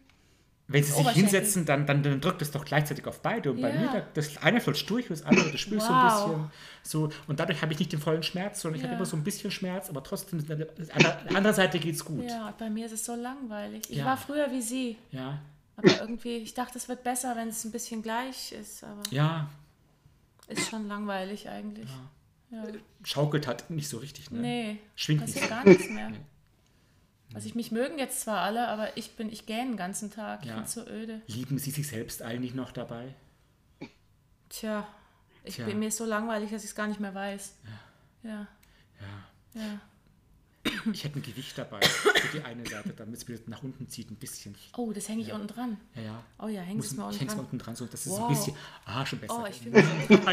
Speaker 5: wenn sie sich
Speaker 6: Oberschenkel.
Speaker 5: hinsetzen, dann, dann, dann drückt es doch gleichzeitig auf beide. Und bei
Speaker 6: Ja.
Speaker 5: mir, da, das eine flutscht durch und das andere, das spürst du
Speaker 6: Wow.
Speaker 5: ein bisschen. So, und dadurch habe ich nicht den vollen Schmerz, sondern ich
Speaker 6: Ja.
Speaker 5: habe immer so ein bisschen Schmerz, aber trotzdem, an der an der anderen Seite geht es gut. Ja.
Speaker 6: Ja, und bei mir ist es so langweilig. Ich
Speaker 5: Ja.
Speaker 6: war früher wie Sie,
Speaker 5: Ja.
Speaker 6: aber irgendwie, ich dachte, es wird besser, wenn es ein bisschen gleich ist, aber ist schon langweilig eigentlich.
Speaker 5: schaukelt halt nicht so richtig. Ne?
Speaker 6: Nee,
Speaker 5: Schwingt nicht
Speaker 6: passiert
Speaker 5: so.
Speaker 6: gar nichts mehr. Also ich mich mögen jetzt zwar alle, aber ich bin, ich gähne den ganzen Tag. Ich
Speaker 5: Ja.
Speaker 6: find's so öde.
Speaker 5: Lieben sie sich selbst eigentlich noch dabei?
Speaker 6: Tja, ich
Speaker 5: Tja.
Speaker 6: Bin, mir ist so langweilig, dass ich es gar nicht mehr weiß. Ja. Ja.
Speaker 5: Ich hätte ein Gewicht dabei für die eine Seite, damit es wieder nach unten zieht, ein bisschen.
Speaker 6: Oh, das hänge ich unten dran.
Speaker 5: Ja, ja.
Speaker 6: Oh ja, hängst
Speaker 5: Muss,
Speaker 6: es mal
Speaker 5: ich
Speaker 6: unten
Speaker 5: häng's mal
Speaker 6: dran.
Speaker 5: unten dran, so dass es
Speaker 6: Wow.
Speaker 5: ein bisschen. Ah, schon besser.
Speaker 6: Oh, ich fühl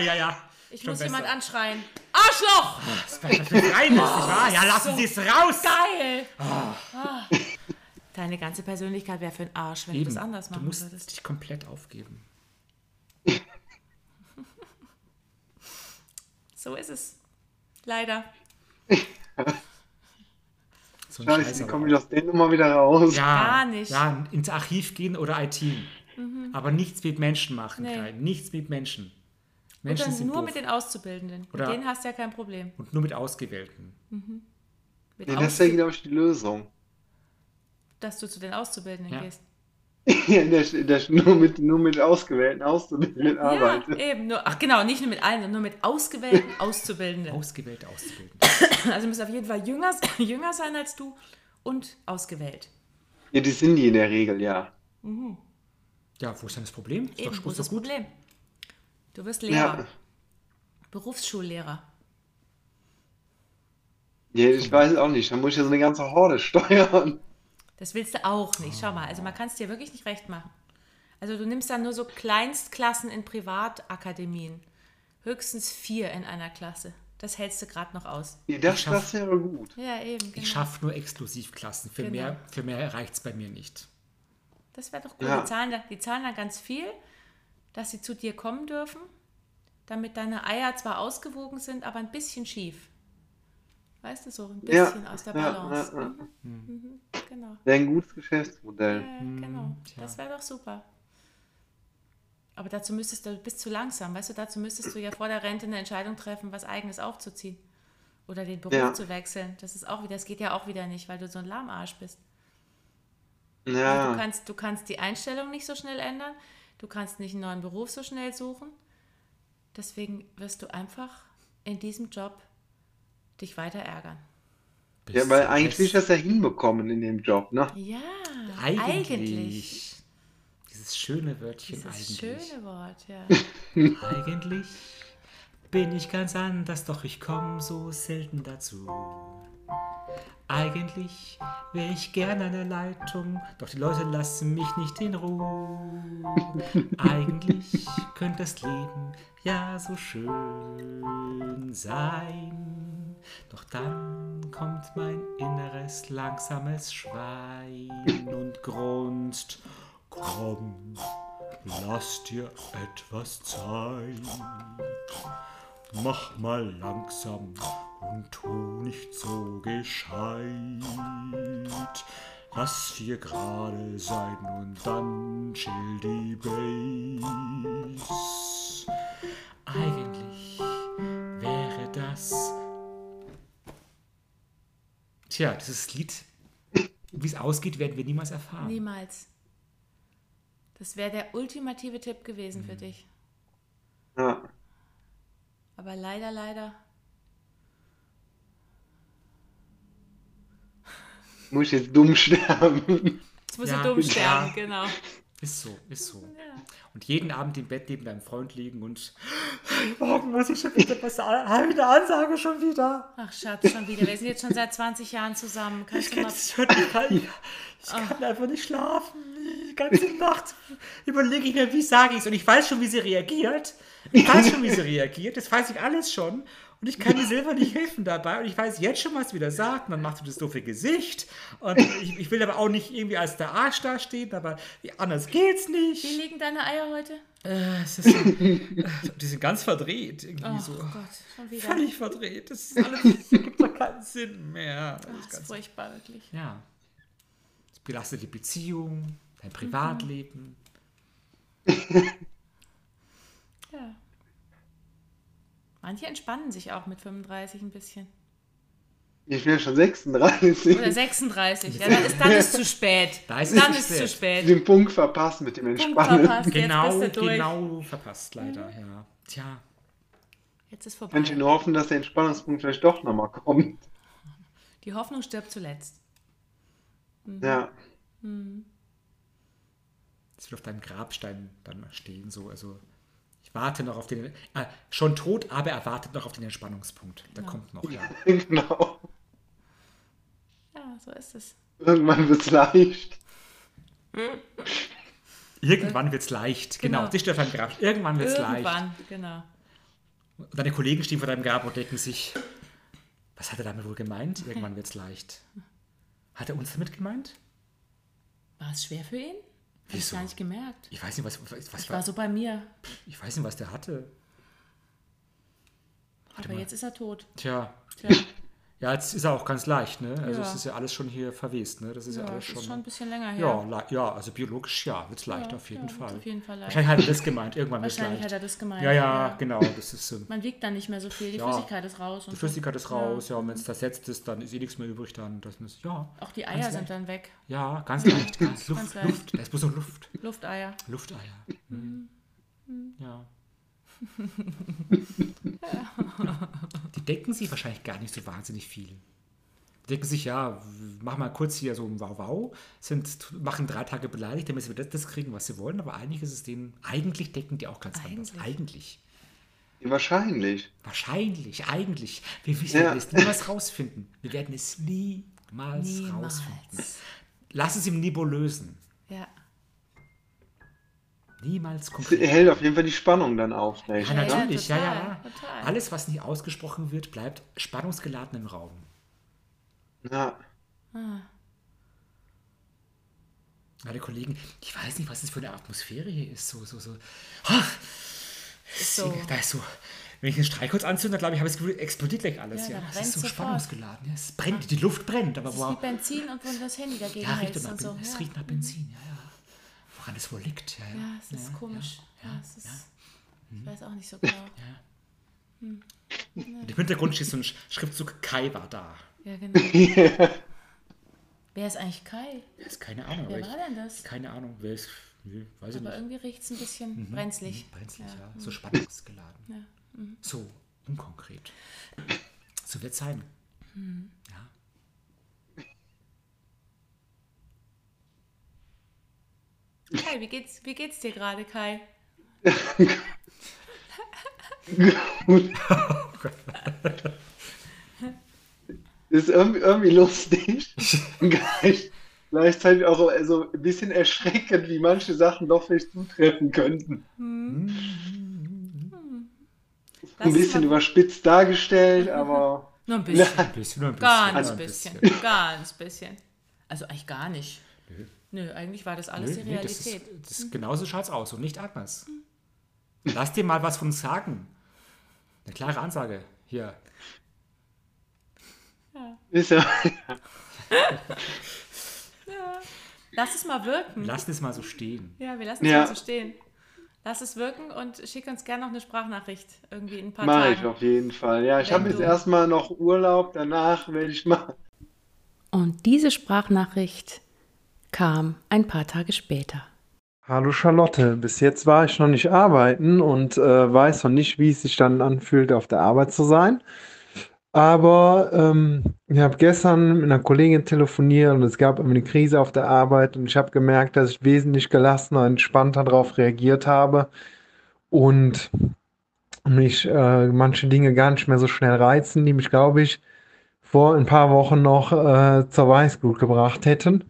Speaker 5: ja, ja.
Speaker 6: Ich
Speaker 5: schon
Speaker 6: muss jemand
Speaker 5: besser.
Speaker 6: anschreien. Arschloch!
Speaker 5: Das war das für rein ist, nicht wahr?
Speaker 6: Oh,
Speaker 5: Ja, lassen Sie es raus!
Speaker 6: Geil! Ah. Deine ganze Persönlichkeit wäre für einen Arsch, wenn
Speaker 5: Eben,
Speaker 6: du das anders
Speaker 5: du
Speaker 6: machen
Speaker 5: musst
Speaker 6: würdest.
Speaker 5: dich komplett aufgeben.
Speaker 6: So ist es. Leider.
Speaker 5: So ein
Speaker 4: Scheiße, die
Speaker 5: aber
Speaker 4: kommen
Speaker 5: auch.
Speaker 4: wieder aus der Nummer wieder raus.
Speaker 5: ja,
Speaker 6: Gar nicht. Mhm.
Speaker 5: Ja, ins Archiv gehen oder IT. Aber nichts mit Menschen machen,
Speaker 6: Nee.
Speaker 5: Kai. Nichts mit Menschen.
Speaker 6: Und
Speaker 5: Menschen
Speaker 6: dann
Speaker 5: sind
Speaker 6: nur
Speaker 5: doof.
Speaker 6: mit den Auszubildenden.
Speaker 5: Oder-
Speaker 6: mit denen hast du ja kein Problem.
Speaker 5: und nur mit Ausgewählten.
Speaker 6: Mit
Speaker 4: Nee, das
Speaker 6: Aus
Speaker 4: wäre, glaube ich, die Lösung.
Speaker 6: dass du zu den Auszubildenden
Speaker 5: Ja.
Speaker 6: gehst.
Speaker 4: in der, in der, nur, mit, nur mit ausgewählten Auszubildenden
Speaker 6: Ja,
Speaker 4: arbeitet.
Speaker 6: eben. Nur, ach genau, nicht nur mit allen, sondern nur mit ausgewählten
Speaker 5: Oh,
Speaker 6: Auszubildenden.
Speaker 5: Ausgewählt auszubilden.
Speaker 6: Also müssen auf jeden Fall jünger, jünger sein als du und ausgewählt.
Speaker 4: Ja, die sind die in der Regel, ja.
Speaker 5: Ja, wo ist denn das Problem? Ist
Speaker 6: Eben,
Speaker 5: doch,
Speaker 6: wo
Speaker 5: ist
Speaker 6: ist
Speaker 5: doch
Speaker 6: das
Speaker 5: gut.
Speaker 6: Problem? Du wirst Lehrer,
Speaker 4: Ja,
Speaker 6: Berufsschullehrer.
Speaker 4: ja ich weiß auch nicht. Da muss ich ja so eine ganze Horde steuern.
Speaker 6: Das willst du auch nicht. Schau mal, also man kann es dir wirklich nicht recht machen. Also du nimmst dann nur so Kleinstklassen in Privatakademien. Höchstens vier in einer Klasse. Das hältst du gerade noch aus.
Speaker 4: Ja, das,
Speaker 5: schaff-
Speaker 4: das wäre gut.
Speaker 6: Ja, eben.
Speaker 5: Ich
Speaker 6: Genau.
Speaker 5: schaffe nur Exklusivklassen. Für
Speaker 6: Genau.
Speaker 5: mehr, für mehr reicht es bei mir nicht.
Speaker 6: Das wäre doch cool.
Speaker 4: Ja.
Speaker 6: Die, zahlen da, die zahlen da ganz viel, dass sie zu dir kommen dürfen, damit deine Eier zwar ausgewogen sind, aber ein bisschen schief. Weißt du, so ein
Speaker 4: Ja,
Speaker 6: bisschen aus der
Speaker 4: ja,
Speaker 6: Balance.
Speaker 4: ja, ja.
Speaker 6: Mhm. Mhm. Genau.
Speaker 4: Wäre ein gutes Geschäftsmodell.
Speaker 6: Ja, genau. Das wäre doch super. Aber dazu müsstest du, du bist zu langsam, weißt du, dazu müsstest du ja vor der Rente eine Entscheidung treffen, was eigenes aufzuziehen. Oder den Beruf
Speaker 4: Ja.
Speaker 6: zu wechseln. Das ist auch wieder, das geht ja auch wieder nicht, weil du so ein Lahmarsch bist. Also Du,
Speaker 4: Ja,
Speaker 6: kannst, du kannst die Einstellung nicht so schnell ändern, du kannst nicht einen neuen Beruf so schnell suchen. Deswegen wirst du einfach in diesem Job dich weiter ärgern.
Speaker 5: Bis
Speaker 4: ja weil
Speaker 5: zum
Speaker 4: eigentlich will ich das ja hinbekommen in dem Job, ne?
Speaker 6: Ja,
Speaker 5: Eigentlich.
Speaker 6: eigentlich.
Speaker 5: Dieses schöne Wörtchen
Speaker 6: Dieses
Speaker 5: eigentlich.
Speaker 6: schöne Wort, ja.
Speaker 5: Eigentlich bin ich ganz anders, doch ich komme so selten dazu. Eigentlich wäre ich gerne eine Leitung, doch die Leute lassen mich nicht in Ruhe. Eigentlich könnte das Leben ja so schön sein, doch dann kommt mein inneres langsames Schwein und grunzt. Komm, Lass dir etwas Zeit. Mach mal langsam und tu nicht so gescheit. Lass dir gerade sein und dann chill die Bass. Eigentlich wäre das. Tja, dieses Lied, wie es ausgeht, werden wir niemals erfahren.
Speaker 6: Niemals. Das wäre der ultimative Tipp gewesen
Speaker 5: Mhm.
Speaker 6: für dich.
Speaker 4: Ja.
Speaker 6: Aber leider, leider.
Speaker 4: Muss ich jetzt dumm sterben.
Speaker 6: Jetzt musst
Speaker 5: Ja.
Speaker 6: du dumm
Speaker 5: Ja.
Speaker 6: sterben, genau.
Speaker 5: Ist so, ist so. Und jeden Abend im Bett neben deinem Freund liegen und morgen muss ich schon wieder was eine Ansage schon wieder.
Speaker 6: Ach, Schatz, schon wieder. Wir sind jetzt schon seit 20 Jahren zusammen. Kannst du mal.
Speaker 5: Ich, hört, ich, kann, ich kann einfach nicht schlafen. Die ganze Nacht überlege ich mir, wie sage ich es. Und ich weiß schon, wie sie reagiert. Ich weiß schon, wie sie reagiert. Das weiß ich alles schon. Und ich kann mir selber nicht helfen dabei. Und ich weiß jetzt schon, was sie wieder sagt. Und dann macht sie das doofe Gesicht. Und ich, ich will aber auch nicht irgendwie als der Arsch dastehen. Aber anders geht's nicht.
Speaker 6: Wie liegen deine Eier heute?
Speaker 5: Es ist so, äh, die sind ganz verdreht, irgendwie so.
Speaker 6: Gott, schon wieder.
Speaker 5: Völlig verdreht. Das ist alles, das gibt doch keinen Sinn mehr. Das ist
Speaker 6: Das ist
Speaker 5: ganz,
Speaker 6: furchtbar, wirklich.
Speaker 5: ja. Es belastet die Beziehung, dein
Speaker 6: Mhm.
Speaker 5: Privatleben.
Speaker 6: Ja. Manche entspannen sich auch mit 35 ein bisschen.
Speaker 4: Ich bin ja schon 36.
Speaker 6: Oder 36. Ja, dann ist dann ist zu spät.
Speaker 5: Da ist es
Speaker 6: dann
Speaker 5: zu
Speaker 6: ist zu
Speaker 5: spät.
Speaker 6: spät.
Speaker 4: den Punkt verpasst mit dem
Speaker 6: Punkt
Speaker 4: Entspannen.
Speaker 6: verpasst.
Speaker 5: Genau,
Speaker 6: jetzt bist du durch.
Speaker 5: genau verpasst leider, ja. Tja,
Speaker 6: Jetzt ist
Speaker 4: Kann ich
Speaker 6: vorbei.
Speaker 4: nur hoffen, dass der Entspannungspunkt vielleicht doch nochmal kommt.
Speaker 6: Die Hoffnung stirbt zuletzt. Mhm.
Speaker 4: Ja.
Speaker 5: das wird auf deinem Grabstein dann mal stehen, so, also. Ich warte noch auf den, äh, schon tot, aber er wartet noch auf den Entspannungspunkt. Da kommt noch, ja.
Speaker 4: Genau.
Speaker 6: Ja, so ist es.
Speaker 4: Irgendwann wird es leicht.
Speaker 5: Irgendwann wird's leicht, genau.
Speaker 6: Genau.
Speaker 5: genau. Dich auf deinem Grab. Irgendwann wird's leicht.
Speaker 6: Irgendwann, genau.
Speaker 5: Und deine Kollegen stehen vor deinem Grab und denken sich, was hat er damit wohl gemeint? Irgendwann wird's leicht. Hat er uns damit gemeint?
Speaker 6: War es schwer für ihn? Hab ich
Speaker 5: Wieso?
Speaker 6: gar nicht gemerkt.
Speaker 5: Ich weiß nicht, was, was, was,
Speaker 6: Ich war so bei mir.
Speaker 5: ich weiß nicht, was der hatte.
Speaker 6: Aber jetzt ist er tot.
Speaker 5: Tja,
Speaker 6: Tja,
Speaker 5: Ja, es ist ja auch ganz leicht, ne? Also es ist ja alles schon hier verwest, ne? Das ist ja,
Speaker 6: Ja,
Speaker 5: alles
Speaker 6: das
Speaker 5: schon.
Speaker 6: ist schon ein bisschen länger her.
Speaker 5: ja, le- ja, also biologisch ja, wird es leicht auf jeden
Speaker 6: wird's
Speaker 5: Fall.
Speaker 6: auf jeden Fall leicht.
Speaker 5: Wahrscheinlich hat er das gemeint, irgendwann wird es
Speaker 6: Wahrscheinlich
Speaker 5: leicht.
Speaker 6: hat er das gemeint.
Speaker 5: ja, ja, genau, das ist so.
Speaker 6: Man wiegt dann nicht mehr so viel, die
Speaker 5: Ja.
Speaker 6: Flüssigkeit ist raus und
Speaker 5: Die Flüssigkeit ist raus, ja, und wenn es zersetzt ist, dann ist eh nichts mehr übrig, dann das muss, ja,
Speaker 6: auch die Eier sind dann weg.
Speaker 5: ja, ganz leicht, ganz Luft,
Speaker 6: leicht.
Speaker 5: Luft, es muss nur Luft,
Speaker 6: Lufteier.
Speaker 5: Lufteier. Hm. Ja. Die denken sich wahrscheinlich gar nicht so wahnsinnig viel. Die denken sich, ja, w- mach mal kurz hier so ein Wow-Wow, sind, t- machen drei Tage beleidigt, damit sie das, das kriegen, was sie wollen, aber eigentlich ist es denen, eigentlich denken die auch ganz anders. Eigentlich.
Speaker 4: Wahrscheinlich.
Speaker 5: Wahrscheinlich, eigentlich. Wir wissen
Speaker 4: Ja.
Speaker 5: es niemals rausfinden. Wir werden es niemals, rausfinden. Lass es im Nibo lösen.
Speaker 6: Ja.
Speaker 5: Niemals
Speaker 4: Er
Speaker 5: konkret.
Speaker 4: hält auf jeden Fall die Spannung dann aufrecht.
Speaker 5: Ja, natürlich, ja, ja, ja.
Speaker 6: total, total.
Speaker 5: Alles, was nicht ausgesprochen wird, bleibt spannungsgeladen im Raum.
Speaker 4: Ja.
Speaker 5: Meine Kollegen, ich weiß nicht, was es für eine Atmosphäre hier ist. So, so, so. so. Da ist so. Wenn ich einen Streichholz anzünde, dann glaube ich, habe ich das Gefühl, explodiert gleich alles. Ja,
Speaker 6: dann
Speaker 5: Das ist
Speaker 6: brennt's
Speaker 5: so
Speaker 6: sofort.
Speaker 5: spannungsgeladen. Ja, es brennt, die Luft brennt, aber
Speaker 6: Das
Speaker 5: wow.
Speaker 6: ist wie Benzin und wenn du das Handy dagegen
Speaker 5: Ja, riecht
Speaker 6: hältst
Speaker 5: nach,
Speaker 6: und
Speaker 5: Ben-
Speaker 6: so.
Speaker 5: es
Speaker 6: Ja. Mhm.
Speaker 5: riecht nach Benzin, ja, ja. Woran es wohl liegt, ja.
Speaker 6: ja, es ist
Speaker 5: ja,
Speaker 6: komisch. Ja,
Speaker 5: Ja, ja, Mhm.
Speaker 6: es ist, Ich weiß auch nicht so genau.
Speaker 5: Und
Speaker 6: ne.
Speaker 5: Im Hintergrund steht so ein Sch- Schriftzug, Kai war da.
Speaker 6: Ja, genau. Wer ist eigentlich Kai?
Speaker 5: Das ist keine Ahnung.
Speaker 6: Wer
Speaker 5: aber
Speaker 6: war
Speaker 5: ich-
Speaker 6: denn das?
Speaker 5: Keine Ahnung, wer ist, nee, weiß ich
Speaker 6: Aber
Speaker 5: nicht.
Speaker 6: irgendwie riecht es ein bisschen brenzlig.
Speaker 5: Mhm. Brenzlig, ja. So
Speaker 6: Mhm.
Speaker 5: spannungsgeladen. So unkonkret. So wird es sein.
Speaker 6: Mhm.
Speaker 5: Ja.
Speaker 6: Kai, wie geht's, wie geht's dir gerade, Kai?
Speaker 4: Ist irgendwie, irgendwie lustig. Gleich, gleichzeitig auch so ein bisschen erschreckend, wie manche Sachen doch vielleicht zutreffen könnten.
Speaker 6: Lass
Speaker 4: Ein bisschen
Speaker 6: mal-
Speaker 4: überspitzt dargestellt, aber
Speaker 6: Nur ein bisschen.
Speaker 5: Ein bisschen, nur ein bisschen.
Speaker 6: Ganz
Speaker 5: ein
Speaker 6: bisschen. Ganz bisschen. Also eigentlich gar nicht. Nö, eigentlich war das alles
Speaker 5: Nö,
Speaker 6: die
Speaker 5: nee, das ist,
Speaker 6: Realität. Mhm.
Speaker 5: das ist, genauso schaut es aus und nicht anders. Lass dir mal was von uns sagen. Eine klare Ansage hier.
Speaker 4: ist ja.
Speaker 6: Lass es mal wirken.
Speaker 5: Lass das mal so stehen.
Speaker 6: Ja, wir lassen es
Speaker 4: Ja.
Speaker 6: mal so stehen. Lass es wirken und schick uns gerne noch eine Sprachnachricht irgendwie in ein paar
Speaker 4: Mache
Speaker 6: Tagen.
Speaker 4: ich auf jeden Fall. Ja, ich
Speaker 6: Wenn
Speaker 4: habe jetzt
Speaker 6: du-
Speaker 4: erstmal noch Urlaub, danach werde ich mal.
Speaker 1: Und diese Sprachnachricht kam ein paar Tage später.
Speaker 7: Hallo Charlotte, bis jetzt war ich noch nicht arbeiten und äh, weiß noch nicht, wie es sich dann anfühlt, auf der Arbeit zu sein. Aber ähm, ich habe gestern mit einer Kollegin telefoniert und es gab eine Krise auf der Arbeit und ich habe gemerkt, dass ich wesentlich gelassener, entspannter darauf reagiert habe und mich äh, manche Dinge gar nicht mehr so schnell reizen, die mich, glaube ich, vor ein paar Wochen noch äh, zur Weißglut gebracht hätten.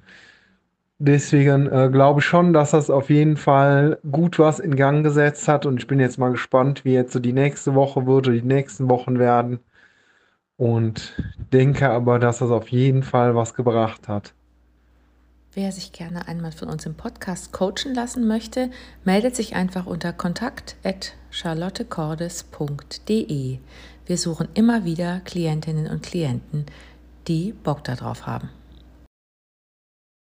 Speaker 7: Deswegen äh, glaube ich schon, dass das auf jeden Fall gut was in Gang gesetzt hat und ich bin jetzt mal gespannt, wie jetzt so die nächste Woche wird oder die nächsten Wochen werden und denke aber, dass das auf jeden Fall was gebracht hat.
Speaker 2: Wer sich gerne einmal von uns im Podcast coachen lassen möchte, meldet sich einfach unter kontakt.charlottecordes.de. Wir suchen immer wieder Klientinnen und Klienten, die Bock darauf haben.